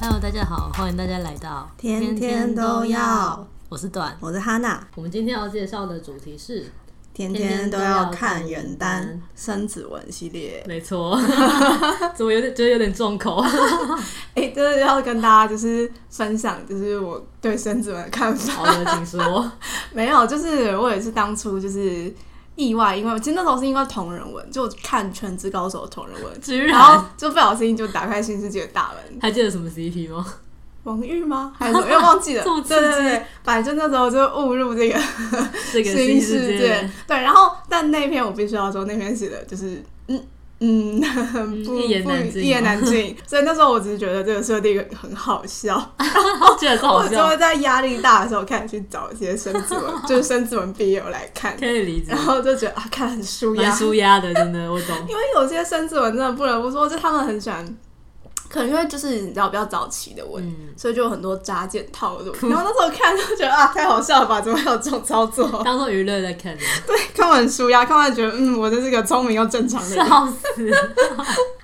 Hello，大家好，欢迎大家来到天天都要，我是段。我是哈娜，我们今天要介绍的主题 是，天天天都都要要看看原原单单生子文系列。 没错， 怎么有点觉得有点重口？哎、真的要跟大家就是分享，就是我对生子文的看法。好 的，请说。没有，就是我也是当初就是意外，因为其实那时候是因为同人文，就看《全职高手》的同人 文，居然后就不小心就打开新世界的大门。还记得什么 CP 吗？王玉吗？还 是什么？又忘记了。这么对刺激对对，反正就那时候就误入这个这个新世世 界。对，然后但那篇我必须要说，那篇写的就是嗯。嗯， 不一言难尽哦不一言吗 难尽。所以那时候我只是觉得这个设定很好笑，觉得超好我就笑会，在压力大的时候开始去找一些生字文，就是生字文毕业来 看，可以理解 然，后就觉得啊，看得很舒蛮压。舒压的，真的，我懂。 因为有些生字文真的不得不说，就他们很喜欢，可能因为就是你知道比较早期的文，嗯，所以就有很多扎减套路。然后那时候看就觉得啊，太好笑了吧，怎么会有这种 操作？当做娱乐在看的， 看完书呀，看完觉得嗯，我真是个聪明又正常的人。笑死。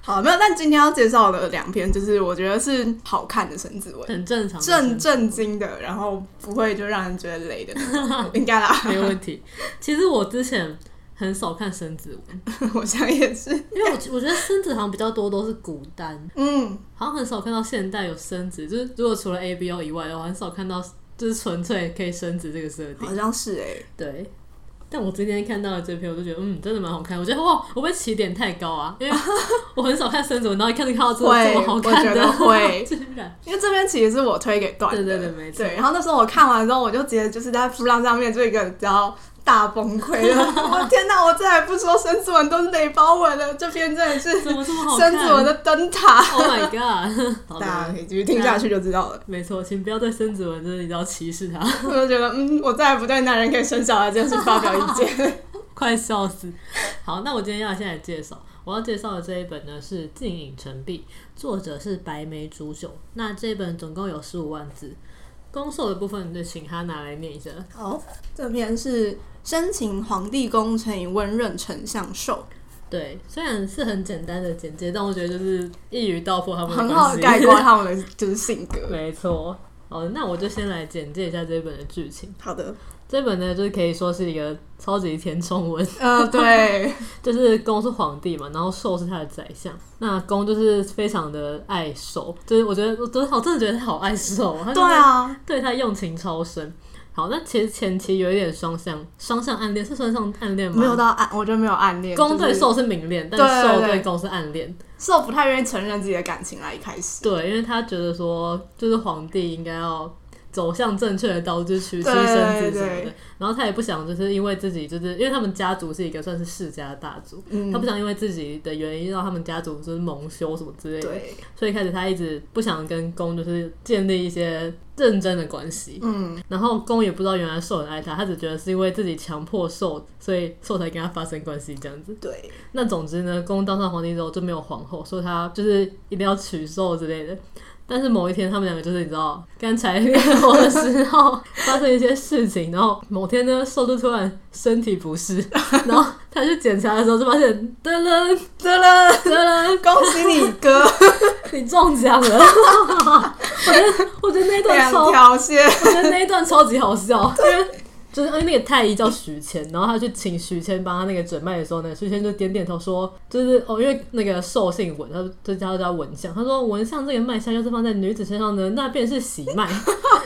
好，没有，但今天要介绍的两篇，就是我觉得是好看的生字文，很正常的生活，正正经的，然后不会就让人觉得累的那种，应 该啦。没问题。其实我之前很少看生子文，我想也是，因为我我觉得生子好像比较多都是古单，嗯，好像很少看到现代有生子，就是如果除了 A B O 以外的话，很少看到就是纯粹可以生子这个设定。好像是哎、对，但我今天看到的这篇，我就觉得嗯，真的蛮好看。我觉得哇，我被起点太高啊，因 为我很少看生子文，然后一看就看到这个这会么好看我的，觉 得会居然因为这边其实是我推给段的，对对对没错对，然后那时候我看完之后，我就直接就是在扑浪上面做一个比较大崩溃 了。我天哪，我再也不说生字文都是雷包文了，这篇真的是怎么这 么好看？生字文的灯塔。 Oh my god！好大家的，可以继续听下去就知道了。没错，请不要对生子文就是你知道歧视他， 我就觉得，嗯，我再也不对男人可以生小孩这件事发表意见。快笑死。好，那我今天要先来介绍，我要介绍的这一本呢是《静影成壁》，作者是白梅煮酒。那这一本总共有十五万字，攻受的部分就请他拿来念一下。 好，这篇是深情皇帝宫乘以温润丞相寿，对，虽然是很简单的简介，但我觉得就是一语道破他们的很好关地系。概括。他们的就是性格 没错。好，那我就先来简介一下这本的剧情。好的，这本呢，就是可以说是一个超级填充文， 呃，对，就是公是皇帝嘛，然后寿是他的宰相。那公就是非常的爱寿，就是我觉得我真的我真的觉得他好爱寿啊，他就 对是啊，对他用情超深。好，那其实前期有一点双向双向暗恋，是双向暗恋吗？没有到暗，我觉得没有暗恋。公对就是寿是明恋，但对对寿对对公是暗恋。寿不太愿意承认自己的感情啦，一开始。对，因为他觉得说，就是皇帝应该要走向正确的道路，就是娶妻对生子什么对的。然后他也不想，就是因为自己，就是因为他们家族是一个算是世家大族，嗯他不想因为自己的原因让他们家族就是蒙羞什么之类的。对，所以一开始他一直不想跟公就是建立一些认真的关系。嗯，然后公也不知道原来受很爱他，他只觉得是因为自己强迫受，所以受才跟他发生关系这样子。对，那总之呢，公当上皇帝之后就没有皇后，所以他就是一定要娶寿之类的。但是某一天，他们两个就是你知道干柴烈火的时候发生一些事情，然后某天呢，寿就突然身体不适，然后他去检查的时候就发现，噔噔得了， 噔噔，恭喜你哥，你中奖了！ 我觉得我觉得那一段两超条 线。我觉得那一段超级好笑，因为就是因为那个太医叫许谦，然后他去请许谦帮他那个诊脉的时候呢，许谦就点点头说，就是哦，因为那个寿姓文，他就叫他叫文相，他说文相这个脉象要是放在女子身上呢，那便是喜 脉。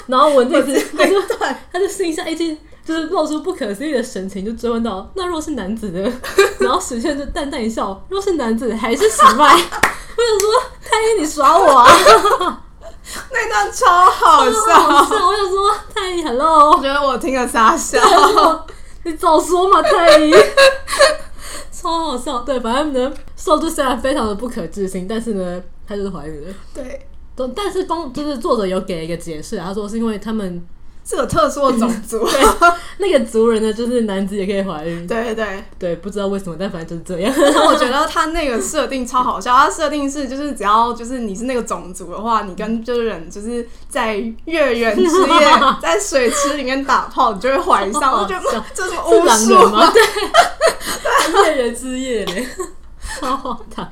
然后文帝子他就他就心下一惊，就是露出不可思议的神情，就追问道：“那若是男子呢？” 然后许谦就淡淡一笑：“若是男子，还是喜脉。” 我想说，太医你耍我啊！ 那段超好 好笑，笑，我想说，太医 hello。我觉得我听了傻笑。 你早说嘛，太医， 超好笑。对，反正呢，瘦就虽然非常的不可置信，但是呢，她就是怀孕了。 对，但但是公就是作者有给一个解释啊，他说是因为他们是有特殊的种 族。那个族人呢，就是男子也可以怀孕。对对对，对，不知道为什么，但反正就是这样。 但是我觉得他那个设定超好笑，他设定是就是只要就是你是那个种族的话，你跟就是人就是在月圆之 夜在水池里面打炮，你就会怀上。我觉好得笑 这是是巫狼人 术吗？对，夜人之夜嘞，超荒唐。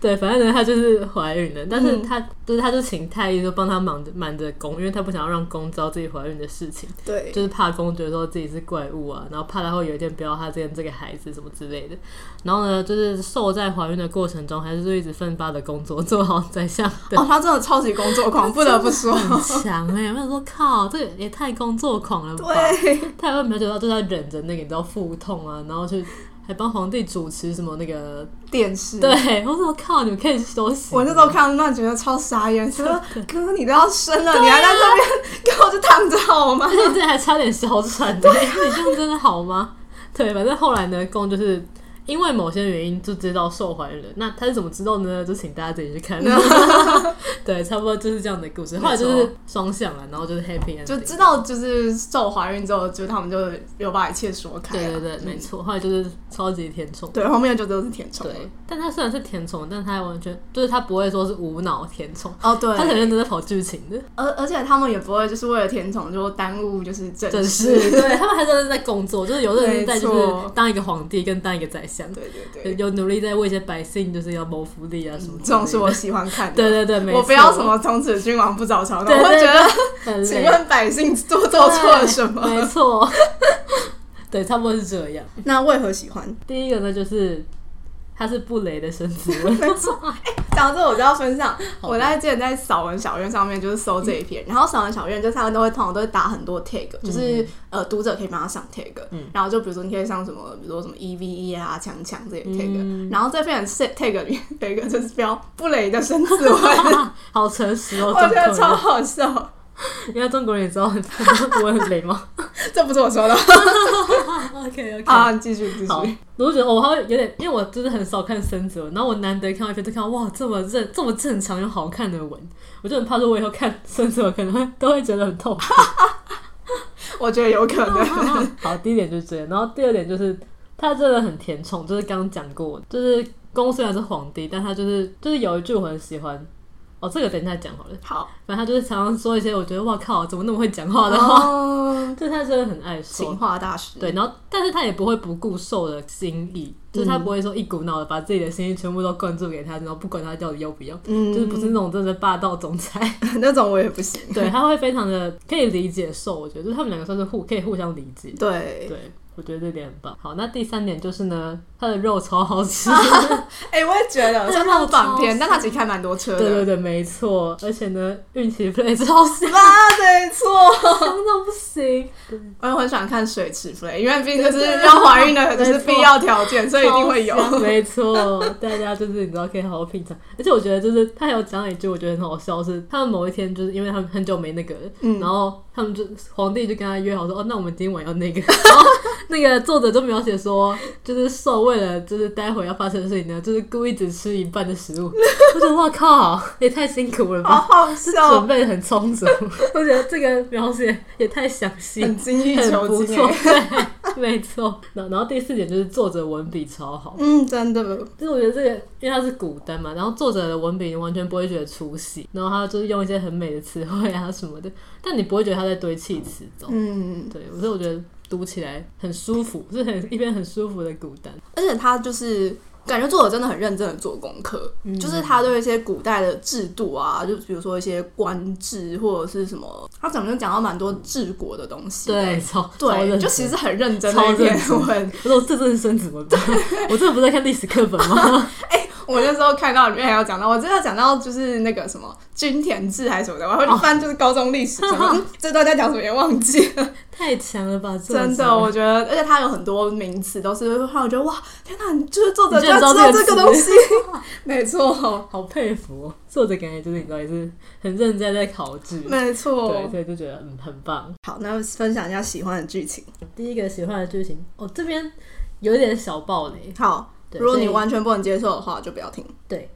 对，反正呢，她就是怀孕了，但是嗯她、就是她就请太医就帮她忙着瞒着公，因为她不想要让公知道自己怀孕的事情，对，就是怕公觉得说自己是怪物啊，然后怕她会有一天不要她这这个孩子什么之类的。然后呢，就是受在怀孕的过程中，还是就一直奋发的工作，做好宰相的哦，他真的超级工作狂，不得不说，很 强哎、我想说，靠，这个也太工作狂了吧？ 对，他有没有觉得就在忍着那个你知道腹痛啊，然后去还帮皇帝主持什么那个？电视。对，我说靠，你们可以休息。我那时候看到那觉得超傻眼， 说哥你都要生了，你还在这边 给我就躺着好吗而？且这还差点小喘的，啊你这样真的好吗？对，反正后来呢，公就是因为某些原因就知道受怀孕了。那他是怎么知道呢？就请大家自己去 看。对，差不多就是这样的故事。后来就是双向啊了，然后就是 happy ending。就知道就是受怀孕之后，就他们就有把一切说开、对啊。对对，没嗯错。后来就是超级甜宠。对，后面就都是甜宠了。对，但他虽然是甜宠，但他完全就是他不会说是无脑甜宠，哦对他，很认真在跑剧情的，而而且他们也不会就是为了甜宠就耽误就是正真是事。对他们还真的在工作，就是有的人在没就错是当一个皇帝跟当一个宰相，对对对，有努力在为一些百姓就是要谋福利啊什么之类的，这种是我喜欢看的。对对对，没我不要错什么从此君王不早朝，对我会对觉得，很请累，问百姓做做错了什对 没么？错，对，差不多是这样。那为何喜欢？第一个呢就是。他是布雷的生子 文，没错，哎、讲到这我就要分享，好的嗯我在之前在扫文小院上面就是搜这一篇，然后扫文小院就是他们都会通常都会打很多 tag，就是、呃读者可以帮他上 tag，、嗯然后就比如说你可以上什么，比如说什么 EVE 啊、强强这些 tag，、嗯然后这篇 set tag 里面有一个就是标布雷的生 字文，好诚实哦，我中觉得国超人。好笑，因为中国人也知道我很 雷 吗这不是我说的？OK OK，啊，继续继 好续，，我就觉得我还会有点，因为我就是很少看生子文，然后我难得看到一篇，就看到哇这么正这么正常又好看的文，我就很怕说，我以后看生子文可能会都会觉得很痛苦。我觉得有 可能。好，第一点就是这样，然后第二点就是他真的很甜宠，就是刚刚讲过，就是公虽然是皇帝，但他就是就是有一句我很喜欢。哦，这个等一下讲好了。好，反正他就是常常说一些我觉得哇靠，怎么那么会讲话的 话，哦，就是他真的很爱说情话大师，对，然后但是他也不会不顾受的心意，就是他不会说一股脑的把自己的心意全部都灌注给他，然后不管他到底要不要，嗯，就是不是那种真的霸道总裁。 那种我也不行。对，他会非常的可以理解受，我觉得就是他们两个算是互可以互相理解。对，对，我觉得这点很棒。好，那第三点就是呢，他的肉超好吃。哎、我也觉得，虽然它是短片，超但它其实开蛮多车的。对啊对对，没错，而且呢，运气 play 超香，啊，没错，香到不行。我也很喜欢看水池 play，因为毕竟就是要怀孕的，就是必要条件，所以一定会有。超香没错，大家就是你知道可以好好品尝，而且我觉得就是他有讲了一句，我觉得很好笑，是他们某一天就是因为他们很久没那个了，嗯然后他们就皇帝就跟他约好说，哦，那我们今晚要那个， 然后那个作者就描写说，就是兽为了就是待会要发生的事情呢，就是故意只吃一半的食物，我觉得哇靠，也太辛苦了 好吧。好准笑，备得很充足， 我觉得这个描写也太详细，很精益很不求精错欸。，对， 没错。然后然后第四点就是作者文笔超好，嗯，真的，就是我觉得这个，因为它是古单嘛，然后作者的文笔你完全不会觉得出戏，然后他就是用一些很美的词汇啊什么的，但你不会觉得他在堆砌词中。嗯，对，所以我觉得读起来很舒服，是很一篇很舒服的古单。而且他就是。感觉作者真的很认真的做功课，嗯就是他对一些古代的制度啊，就比如说一些官制或者是什么，他怎么就讲到蛮多治国的东西的。对，超超认对，真就其实很认真超的一认篇真文，我说这真的是生子文吧？我真的不是在看历史课本 吗？我那时候看到里面还有讲到，我真的讲到就是那个什么均田制还是什么的，然后就翻就是高中历史，什么、 嗯这段在讲什么也忘记了。太强了吧！这种真的，人我觉得，而且它有很多名词都是会让我觉得哇，天哪，你就是作者你居居然然知知道道这这个个东西， 没错，好佩服、哦，作者感觉就是你知道也是很认真在考据。没对，错。所以就觉得嗯很棒。好，那分享一下喜欢的剧情。第一个喜欢的剧情，哦，这边有一点小暴雷。好，对如果你所以完全不能接受的话，就不要听。对，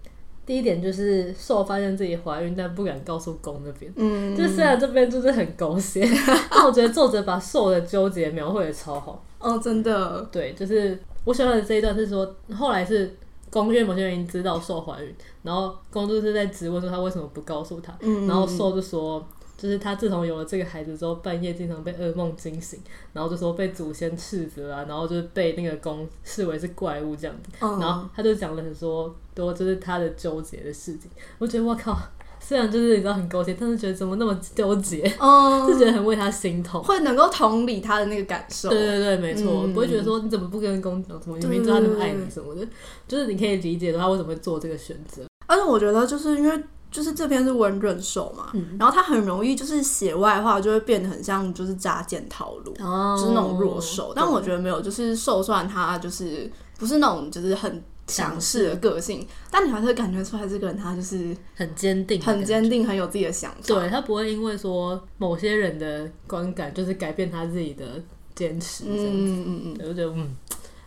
第一点就是受发现自己怀孕，但不敢告诉公那边。嗯，就虽然这边就是很狗 血，但我觉得作者把受的纠结描绘的超好。哦，真的，对，就是我喜欢的这一段是说，后来是公因为某些原因知道受怀孕，然后公就是在质问说他为什么不告诉他，嗯然后受就说就是他自从有了这个孩子之后，半夜经常被噩梦惊醒，然后就说被祖先斥责啊，然后就是被那个公视为是怪物这样子。嗯，然后他就讲了很多多就是他的纠结的事情，我觉得我靠，虽然就是你知道很勾结，但是觉得怎么那么纠结，嗯，就觉得很为他心痛。会能够同理他的那个感受。对对对，没错，哦嗯不会觉得说你怎么不跟公讲，怎么明对明知道他那么爱你什么的，就是你可以理解他为什么会做这个选择。而且我觉得就是因为就是这篇是温润寿嘛，嗯，然后他很容易就是写外话就会变得很像就是加减套路，哦就是那种弱手。但我对觉得没有，就是寿算他就是不是那种就是很。强势的个性，但你还是感觉出来这个人他就是很坚定的感很觉，坚定，很有自己的想法。对他不会因为说某些人的观感，就是改变他自己的坚持。嗯，嗯，嗯嗯嗯嗯我就觉得嗯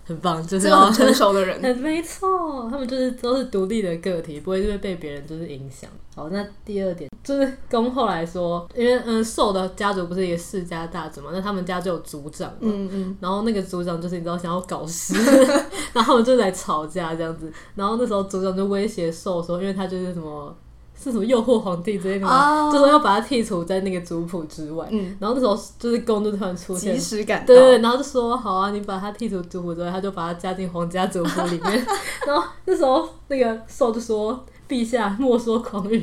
很棒，就嗯，是这个要很成熟的人，很 没错，他们就是都是独立的个体，不会就是被别人就是影响。好，那第二点就是公后来说，因为嗯寿的家族不是一个世家大族嘛，那他们家就有族长嘛，嗯嗯，然后那个组长就是你知道想要搞事， 然后我们就来吵架这样子。然后那时候组长就威胁寿说，因为他就是什么是什么诱惑皇帝之类的嘛哦就说要把他剔除在那个族谱之外。嗯然后那时候就是公就突然出现及，时感到对，对，对然后就说好啊，你把他剔除族谱之外，他就把他加进皇家族谱里 面。然后那时候那个寿就说：“陛下莫说狂语。”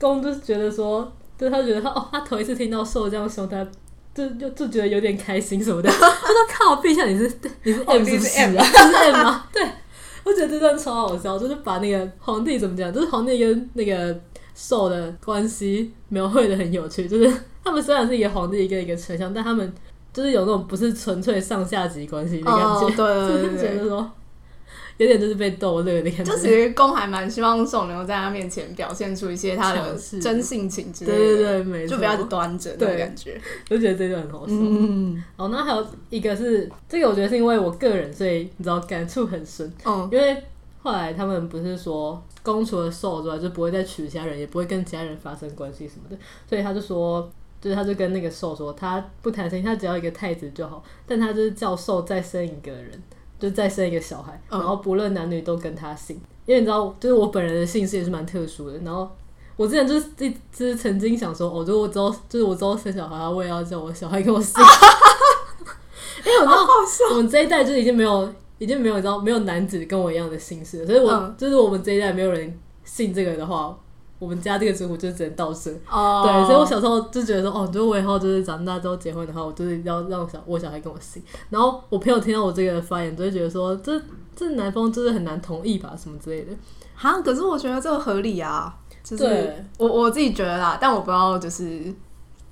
公就是觉得说，就是他觉得他哦，他头一次听到寿这样凶他。就就就觉得有点开心什 么的，他说：“靠，陛下你是你是 M 皇是帝不是是啊？ 你是 M 吗？”对，我觉得这段超好笑，就是把那个皇帝怎么讲，就是皇帝跟那个兽的关系描绘的很有趣， 就是他们虽然是一个皇帝一个一个丞相，但他们就是有那种不是纯粹上下级关系的感哦， 觉，对对就是对觉对得对，说有点就是被逗乐的感觉，就其实公还蛮希望宋能够在他面前表现出一些他的尝试真性情之类对的，对对，没错，就不要端着那种感觉。就觉得这段很好笑。嗯哦，那还有一个是这个，我觉得是因为我个人，所以你知道感触很深，嗯因为后来他们不是说公除了兽之外就不会再娶其他人，也不会跟其他人发生关系什么的，所以他就说，就是他就跟那个兽说，他不谈生意，他只要一个太子就好，但他就是叫兽再生一个人，就再生一个小孩，嗯然后不论男女都跟他姓，因为你知道，就是我本人的姓氏也是蛮特殊的，然后。我之前就是一就是曾经想说，哦，如果我之后就是我之后生小孩，啊我也要叫我小孩跟我姓， 因为我知道好笑。我们这一代就已经没有，已经没有，你知道，没有男子跟我一样的姓氏了，所以我、嗯就是我们这一代没有人姓这个的话，我们家这个族谱就只能到这。哦对，所以我小时候就觉得说，哦，如果我以后就是长大之后结婚的话，我就是要让小我小孩跟我姓。然后我朋友听到我这个发言，就会觉得说，这这男方就是很难同意吧，什么之类的。哦哈，可是我觉得这个合理啊，就是对我我自己觉得啦，但我不知道就是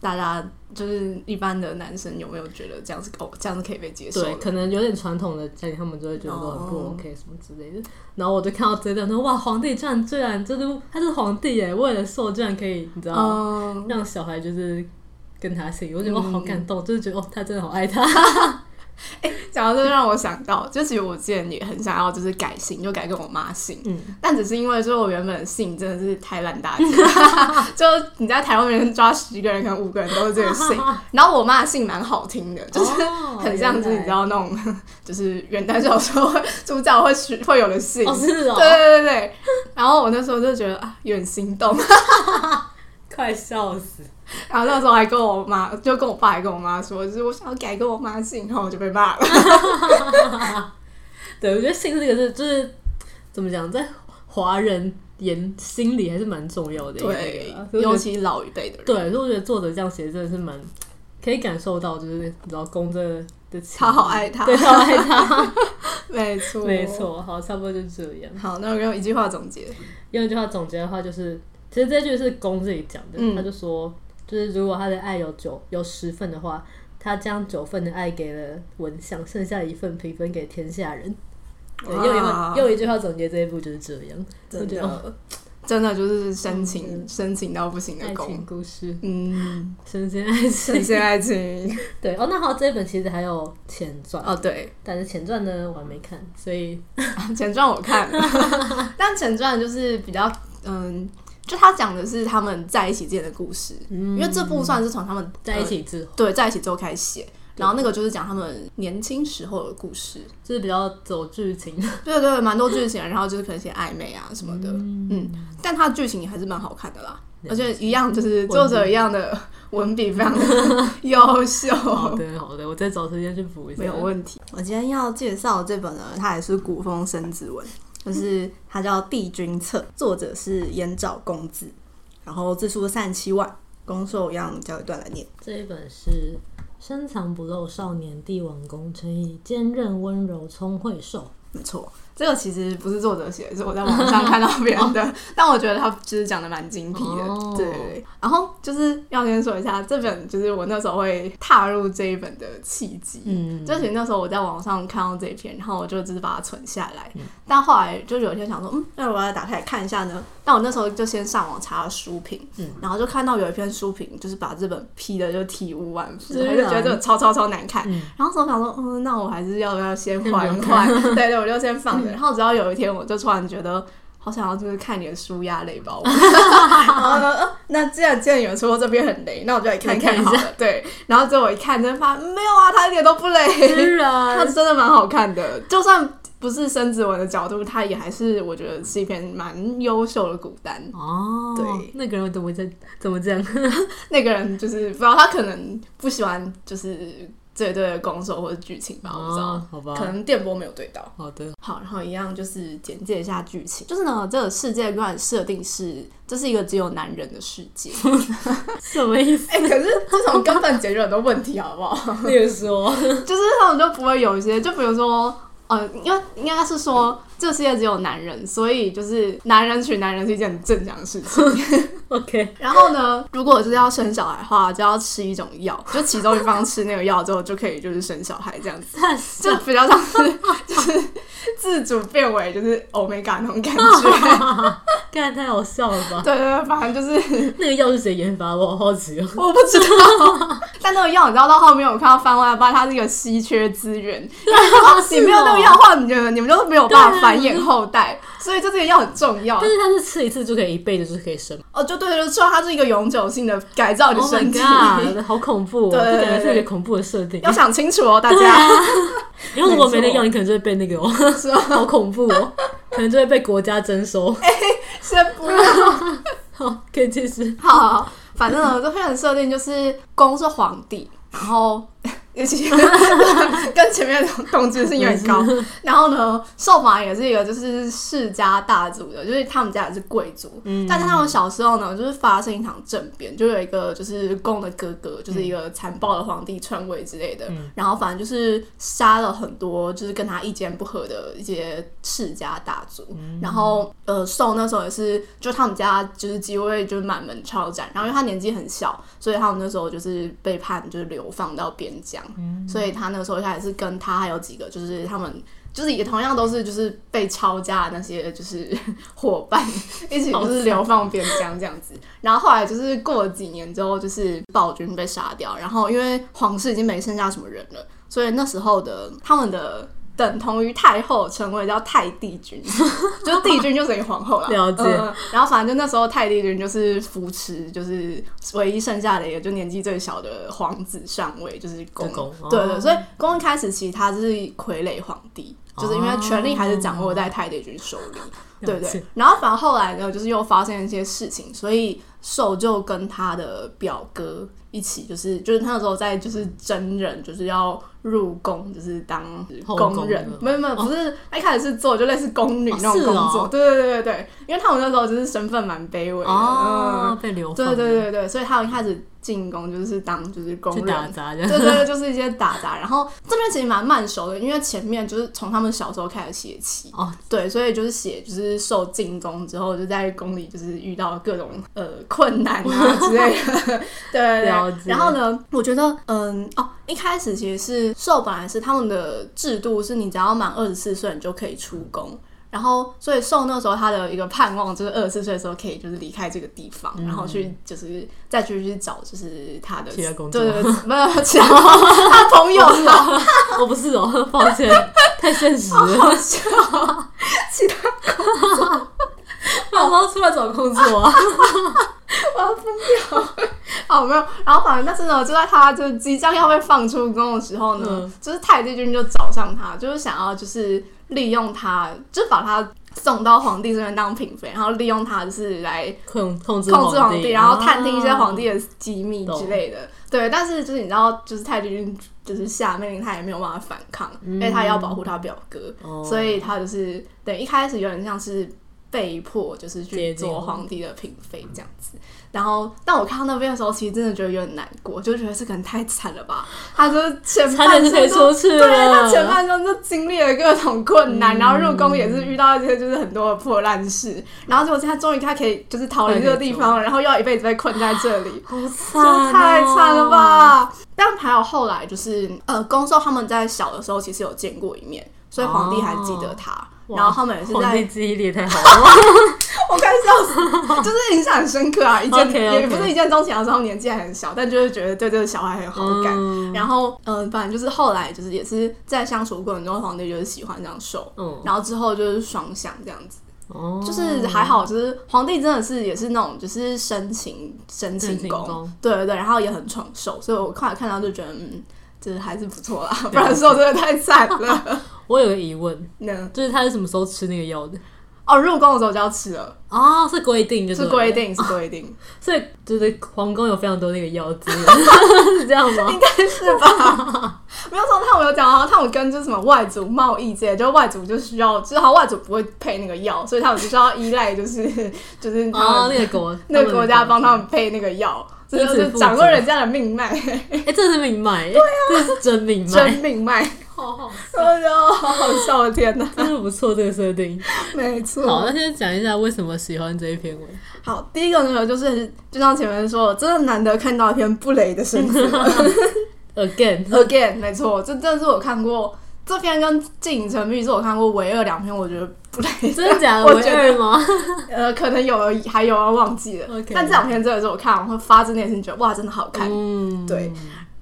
大家就是一般的男生有没有觉得这样是哦，这样是可以被接受对，的。可能有点传统的家庭，他们就会觉得说很不哦 OK 什么之类的。然后我就看到这段说，哇，皇帝居然居然就是他是皇帝耶，为了受居然可以，你知道吗？嗯，让小孩就是跟他姓，我觉得嗯我好感动，就是觉得哦，他真的好爱他。 讲到这让我想到，就其实我之前也很想要就是改姓，就改跟我妈姓，嗯，但只是因为就是我原本的姓真的是太烂 大街， 就你在台湾人抓十个人，可能五个人都是这个 姓。然后我妈的姓蛮好听的，就是哦很像就是原来你知道那种，就是元旦小时候会主角会取会有的姓。哦，是对哦，对对对，然后我那时候就觉得啊，有点心动。快笑死！然后那时候还跟我妈，就跟我爸还跟我妈说，就是我想要改跟我妈姓，然后我就被骂了。对，我觉得姓这个是就是怎么讲，在华人眼心里还是蛮重要的一个对那个啊，，所以我尤觉得其老一辈的人，对，所以我觉得作者这样写真的是蛮可以感受到，就是你知道公真的的情他好爱他对， 超爱他，没错，没。错，好，差不多就这样。好，那我用一句话总结，用一句话总结的话，就是其实这句是公自己讲的，嗯他就说，就是如果他的爱有九有十份的话，他将九份的爱给了文相，剩下一份平分给天下人。对，哇又一份又一句话总结这一部就是这样，我真觉得哦的，真的就是深嗯情，深情到不行的爱情攻。故事，嗯，神仙爱深 情。陷 爱情。对哦，那好，这一本其实还有前传，哦，对，但是前传呢我还没看，所以 前传我看了，但前传就是比较，嗯，就他讲的是他们在一起之间的故事，因因为这部算是从他们在一，起之后呃对，在一起之后开始写。然后那个就是讲他们年轻时候的故事，就是比较走剧情对对，蛮多剧情的，然后就是可能写暧昧啊什么的，嗯但它的剧情也还是蛮好看的啦。而且一样就是作者一样的文笔非常的优秀，好的好的，我再找时间去补一下。没有问题。我今天要介绍这本呢，它也是古风生子 文，就是它叫《帝君策》，作者是岩沼公子，然后字数三十七万，公受一样交一段来念。这一本是深藏不露少年帝王功，乘以坚韧温柔聪慧兽。没错，这个其实不是作者写的，是我在网上看到别人 的，但我觉得他其实讲的蛮精辟的。哦对，然后就是要先说一下，这本就是我那时候会踏入这一本的契机。 嗯就其实那时候我在网上看到这一篇，然后我就只是把它存下来。嗯但后来就有一天想说，嗯，那我要打开来看一下呢。但我那时候就先上网查了书评，嗯然后就看到有一篇书评，就是把这本批的就体无完肤，居然我就觉得这本超超超难看。啊嗯然后那时候想说，嗯，那我还是要不要先先缓不要 缓？对对，我就先放嗯着。然后直到有一天，我就突然觉得。好想要就是看你的书压雷 包，然后呢，呃那既然既然有人说这边很雷，那我就来看看来看一好下了。对，然后结果我一看，真的发现没有啊，它一点都不雷，居它然真的蛮好看的，就算不是生子文的角度，它也还是我觉得是一篇蛮优秀的古单。 哦，对那个人怎么在怎么这样？那个人就是不知道他可能不喜欢就是这对的攻守或者剧情吧，我不 知道，哦，好吧可，能电波没有对到。好的，好，然后一样就是简介一下剧情，就是呢，这个世界观的设定是这是一个只有男人的世界。 什么意思？ 哎、可是这种根本解决很多问题，好不好？例如说，就是他们就不会有一些，就比如说，呃，因为应该是说这个世界只有男人，所以就是男人娶男人是一件很正常的事情。OK，然后呢，如果是要生小孩的话，就要吃一种药，就其中一方吃那个药之后，就可以就是生小孩这 样子，但 是就比较像是就是自主变为就是 omega 那种感觉。 干太好笑了吧？对对对，反正就是那个药是谁研发？我好好 奇哦。我不知道， 但那个药你知道到后面我看到番外发现它是一个稀缺资源，你没有那个药的话，你觉得你们就没有办法繁衍后代，所以就这个药很重要 但。是它是吃一次就可以一辈子就是可以生哦，就对对，就说它是一个永久性的改造你的 Oh my 身体。 god，好恐怖、哦， 对对这对感觉是对一个恐怖的设定 要。想清楚哦，大家。 因为如果没那没错药，你可能就会被那个哦， 好恐怖哦，可能就会被国家征收。哎先不要。 好，可以继续。好好，好反正呢，这篇的设定就是公是皇帝，然后 尤其 跟前面的同质性有点高。嗯然后呢，寿马也是一个就是世家大族的，就是他们家也是贵族。嗯但是他们小时候呢，就是发生一场政变，就有一个就是公的哥哥，就是一个残暴的皇帝篡位之类的。嗯然后反正就是杀了很多就是跟他意见不合的一些世家大族。嗯然后呃，寿那时候也是，就他们家就是机会就是满门抄斩。然后因为他年纪很小，所以他们那时候就是被判就是流放到边疆。嗯所以他那个时候一开始是跟他还有几个，就是他们就是也同样都是就是被抄家的那些就是伙伴一起就是流放边疆这样子。然后后来就是过了几年之后，就是暴君被杀掉，然后因为皇室已经没剩下什么人了，所以那时候的他们的。等同于太后，成为叫太帝君， 就是帝君就等于皇后啦。了解嗯然后反正就那时候太帝君就是扶持，就是唯一剩下的一个就年纪最小的皇子上位，就是公。就公对对，哦所以公一开始其实他是傀儡皇帝，就是因为权力还是掌握在太帝君手里。对了解对，然后反正后来呢，就是又发生一些事情，所以寿就跟他的表哥一起，就是就是他那时候在就是真人，就是要入宫，就是当后工宫人的，没有没有，不是、他一开始是做就类似宫女哦那种是工哦作，对对对对对，因为他们那时候就是身份蛮卑微的，哦嗯，，被流放，对对，对对，所以他们一开始进宫就是当就是去工打人，杂这对样。 对对，就是一些打杂。然后这边其实蛮慢熟的，因为前面就是从他们小时候开始写起。哦，对，所以就是写，就是受进宫之后，就在宫里就是遇到各种呃困难 啊之类的，对对了对解。然后呢，我觉得嗯哦，一开始其实是受本来是他们的制度是你只要满二十四岁你就可以出宫，然后，所以受那时候他的一个盼望就是二十四岁的时候可以就是离开这个地方，然后去就是再去去找就是他的其他工作对对对，没有其他他朋友啦，我不是哦，抱歉，太现实 了。好笑，其他宝宝出来找工作啊，我要疯掉，哦没有，然后反正但是呢，就在他就即将要被放出宫的时候呢，嗯就是太帝君就找上他，就是想要就是利用他，就是把他送到皇帝这边当嫔妃，然后利用她就是来 控控制啊控制皇帝，然后探听一些皇帝帝的机密之类的。对，但是就是你知道，就是太君就是下命令，他也没有办法反抗，嗯因为他要保护他表哥，啊，哦所以他就是等于一开始有点像是被迫就是去接近做皇帝的嫔妃这样子。然后，但我看到那边的时候，其实真的觉得有点难过，就觉得这个人太惨了 吧，他就是前差半点就生可以都出去了。对他前半生就经历了各种嗯困难，然后入宫也是遇到一些就是很多的破烂事，然后结果现在终于他可以就是逃离这个地方了，然后又要一辈子被困在这里，好惨、哦就太惨了！吧！但还有后来就是呃，宫寿他们在小的时候其实有见过一面，所以皇帝还记得他。哦哇然后他们也是皇帝在，记忆力也太好了， 我快笑死，就是印象很深刻啊！一见 OK，OK 也不是一见钟情的时候，年纪还很小，但就是觉得对这个小孩很好感。嗯然后，嗯、反正就是后来就是也是在相处过程中，皇帝就是喜欢这样瘦，嗯，然后之后就是双向这样子，哦就是还好，就是皇帝真的是也是那种就是深情深情深情攻攻，对对对，然后也很宠受，所以我后来看到就觉得，嗯，就是还是不错啦，不然瘦真的太惨 了。哦我有个疑问，那就是他是什么时候吃那个药的？哦，入宫的时候就要吃了，哦，是规定就是对了规，定，是规定，所以就是皇宫有非常多那个药资源， 是这样吗？是吧？没有说他们有讲啊，他们跟就是什么外族贸易之类，就是外族就需要，就是他外族不会配那个药，所以他们就是要依赖，就是就是他们、哦，那个国，那个国家帮他们们配那个药，因这此就是负责掌握人家的 命脉，的国，哎，这是命 脉，对啊，这是真命真脉，命脉。好好， 哎呦，好好笑！我的天哪，真的不错，这个设定。 没好，错。那现在讲一下为什么喜欢这一篇文。好，第一个呢，就是就像前面说的，真的难得看到一篇不雷的 生词。 Again， Again，没错，这这是我看过这篇跟《镜影沉迷》是我看过唯二两篇，我觉得不雷。真的假的？ 我唯觉得二吗？呃，可能有而已还有啊，忘记了。 OK 但这两篇真的是我看完会发自内心觉得哇，真的好看。嗯，对，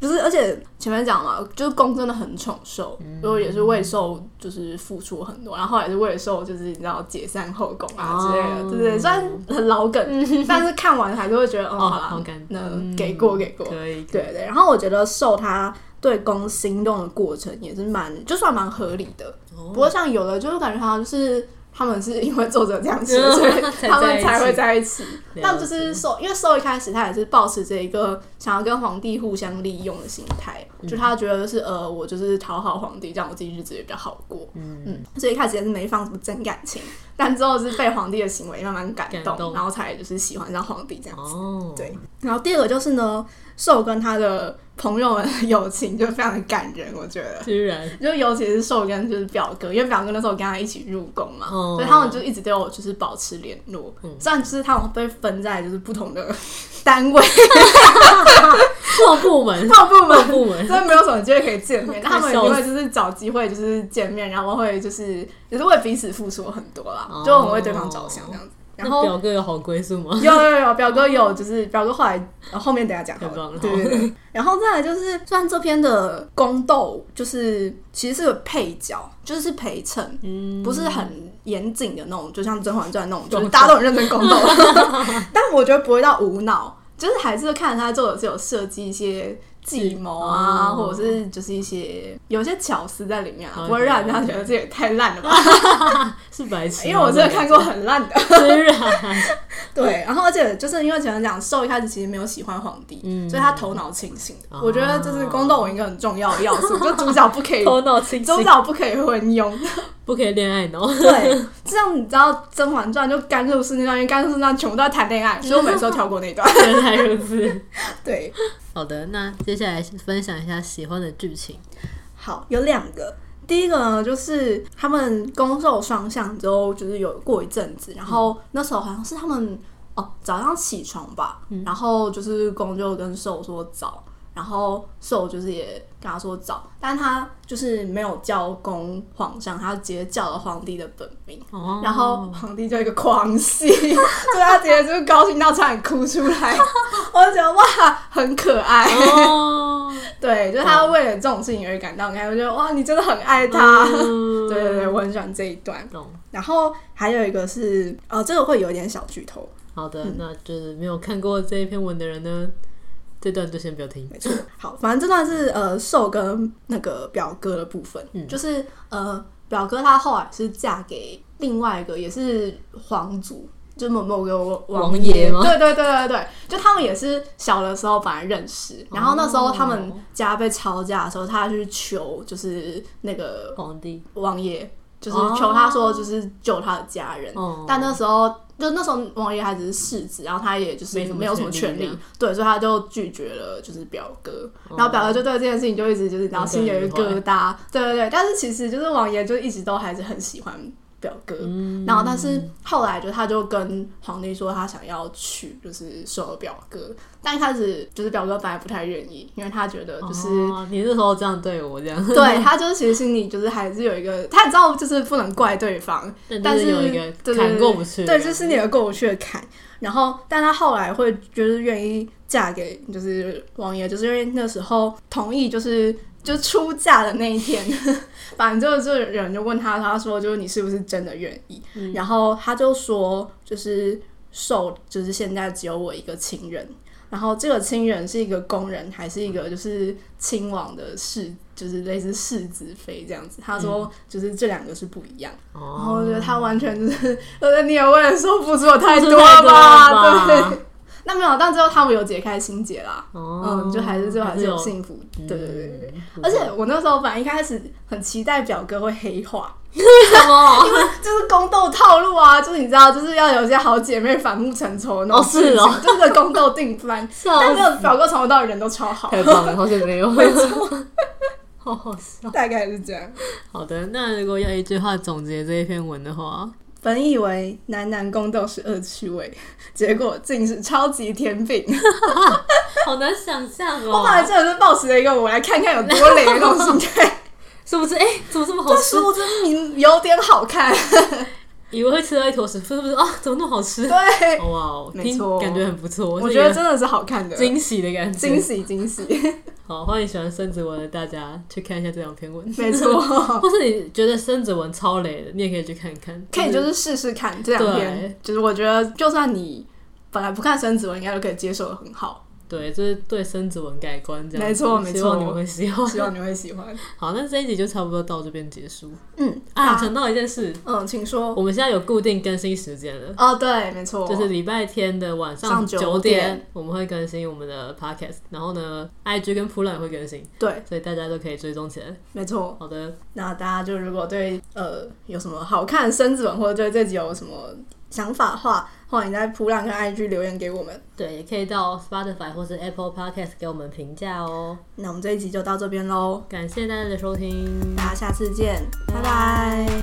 就是而且前面讲嘛，就是公真的很宠受，嗯然后也是为受就是付出很多，然后也是为受就是你知道解散后宫啊之类的，哦对不对？虽然很老 梗，但是看完还是会觉得，哦，哦，好啦好感，那嗯给过给过，可以，对对。然后我觉得受他对公心动的过程也是蛮，就算蛮合理的，不哦，过像有的就是感觉他就是。他们是因为作者这样 写，嗯所以才他们在一才会起在一起。了但就是受，因为受一开始他也是保持着一个想要跟皇帝互相利用的心态，嗯就他觉得是呃，我就是讨好皇帝，这样我自己日子也比较好过。嗯嗯，所以一开始也是没放什么真感情，但之后是被皇帝的行为慢慢感动，感动然后才就是喜欢上皇帝这样子。哦，对，然后第二个就是呢，受跟他的朋友们的友情就非常的感人，我觉得。居 然就尤其是寿跟就是表哥，因为表哥那时候跟他一起入宫嘛，哦所以他们就一直都有就是保持联络。嗯虽然就是他们被分在就是不同的 单位、破部门，各部 破门，部门，所以没有什么机会可以见 面。但他们一笑死定会就是找机会就是见面，然后会就是也是为彼此付出很多啦，哦就很为对方着想这样子。 然那后表哥有好归宿吗？有有有，表哥有，就是表哥后来、呃后面等一下讲好太棒了。了对对对。然后再来就是，虽然这篇的宫斗就是其实是个配角，就是是陪衬，嗯，不是很严谨的那种，就像《甄嬛传》那种，就是宫斗大家都很认 真宫斗。 但我觉得不会到无脑，就是还是看他作者是有设计一些。计谋啊，哦或者是就是一些有一些巧思在里面啊， OK，不会让人家觉得这也太烂了吧？哦是白痴吗，因为我真的看过很烂的，居 然，对，然后而且就是因为前面讲寿一开始其实没有喜欢皇帝，嗯所以他头脑清醒。哦我觉得这是宫斗文一个很重要的要素，就主角不可以，头脑清主醒，角不可以昏庸。不可以恋爱脑， 对，这样你知道《甄嬛传》就甘露寺那段，因为甘露寺那段全部都在谈恋爱，所以我每次都跳过那一段。原来如此。对，好的，那接下来分享一下喜欢的剧情。好，有两个。第一个呢，就是他们攻受双向之后，就是有过一阵子，然后那时候好像是他们哦早上起床吧，然后就是攻就跟受说早，然后受就是也跟他说早，但他就是没有叫攻皇上，他直接叫了皇帝的本名。哦，然后皇帝就一个狂喜，就他直接就是高兴到差点哭出来，我就觉得哇，很可爱。哦，对，就是他为了这种事情而感到开心，我觉得哇，你真的很爱他。嗯对 对对，我很喜欢这一段。懂。然后还有一个是，呃，这个会有一点小剧透，好的，那就是没有看过这一篇文的人呢，这段就先不要听。没错。好，反正这段是呃寿跟那个表哥的部分，嗯就是呃表哥他后来是嫁给另外一个也是皇族，就某某个王王爷吗对对对对对，就他们也是小的时候本来认识，然后那时候他们哦家被抄家的时候，他去求就是那个皇帝，王爷，就是哦求他说就是救他的家人，哦，但那时候就那时候王爷还只是世子，然后他也就是没什么没有什么权利权这利样，对，所以他就拒绝了就是表哥，哦然后表哥就对这件事情就一直就是然后心里有一个耿疙瘩，对对对，但是其实就是王爷就一直都还是很喜欢表哥，嗯然后但是后来就他就跟皇帝说他想要娶就是收了表哥，但一开始就是表哥本来不太愿意，因为他觉得就是。哦你那时候这样对我这样，对他就是其实心里就是还是有一个，他也知道就是不能怪对方， 但就是是有一个对对坎过不去，对，就是你有过不去的坎。然后，但她后来会就是愿意嫁给就是王爷，就是因为那时候同意就是就出嫁的那一天， 反正就就有人就问她，她说就是你是不是真的愿意？然后她就说就是受就是现在只有我一个亲人。然后这个亲人是一个工人，还是一个就是亲王的世，就是类似世子妃这样子。她说，就是这两个是不一样的。然后哦，我觉得他完全就是，呃，你也为了说付出的太付多出太多吧？了吧对。 那没有，但最后他们有解开心结啦。哦，嗯，就还是最后还是有幸福。对对对对。而且我那时候本来一开始很期待表哥会黑化， 什么？就是宫斗套路啊，就是你知道，就是要有一些好姐妹反目成仇的那哦种是事情哦，就是宫斗定番。但 没笑有表哥从头到尾人都 超好，太棒了，好久没有， 好好笑。大概是这样。好的，那如果要一句话总结这一篇文的 话，本以为男男宫斗是恶趣味，结果竟是超级甜品。好难想象我本来哦，真的是抱持了一个我来看看有多累的那种 心态，是不是？哎，怎么这么好这吃食？物真名有点好看，以为会吃到一坨屎，是不是？啊，怎么那么好吃？ 对，哦哇哦，没听错感觉很不错，我是一觉得个真的是好看的，惊喜的感觉，惊喜惊 喜，好，欢迎喜欢孙子文的大家去看一下这两篇文， 没错，或是你觉得孙子文超雷的，你也可以去看看，可以就是试试看这两对篇，就是我觉得就算你本来不看孙子文，应该都可以接受的很好，对，就是对孙子文改观这样子，没错没错希望你们会喜欢。 希望你会喜欢。好，那这一集就差不多到这边结束嗯啊！想到一件事，嗯，请说。我们现在有固定更新时间了。哦，对，没错，就是礼拜天的晚上九九点点，我们会更新我们的 podcast，然后呢，IG 跟普朗也会更新，对，所以大家都可以追踪起来。没错。好的，那大家就如果对呃有什么好看的孙子文，或者对这集有什么想法的话，欢迎在普朗跟 IG 留言给我们。对，也可以到 Spotify 或是 Apple Podcast 给我们评价哦。那我们这一集就到这边喽，感谢大家的收听。大家下次见，拜拜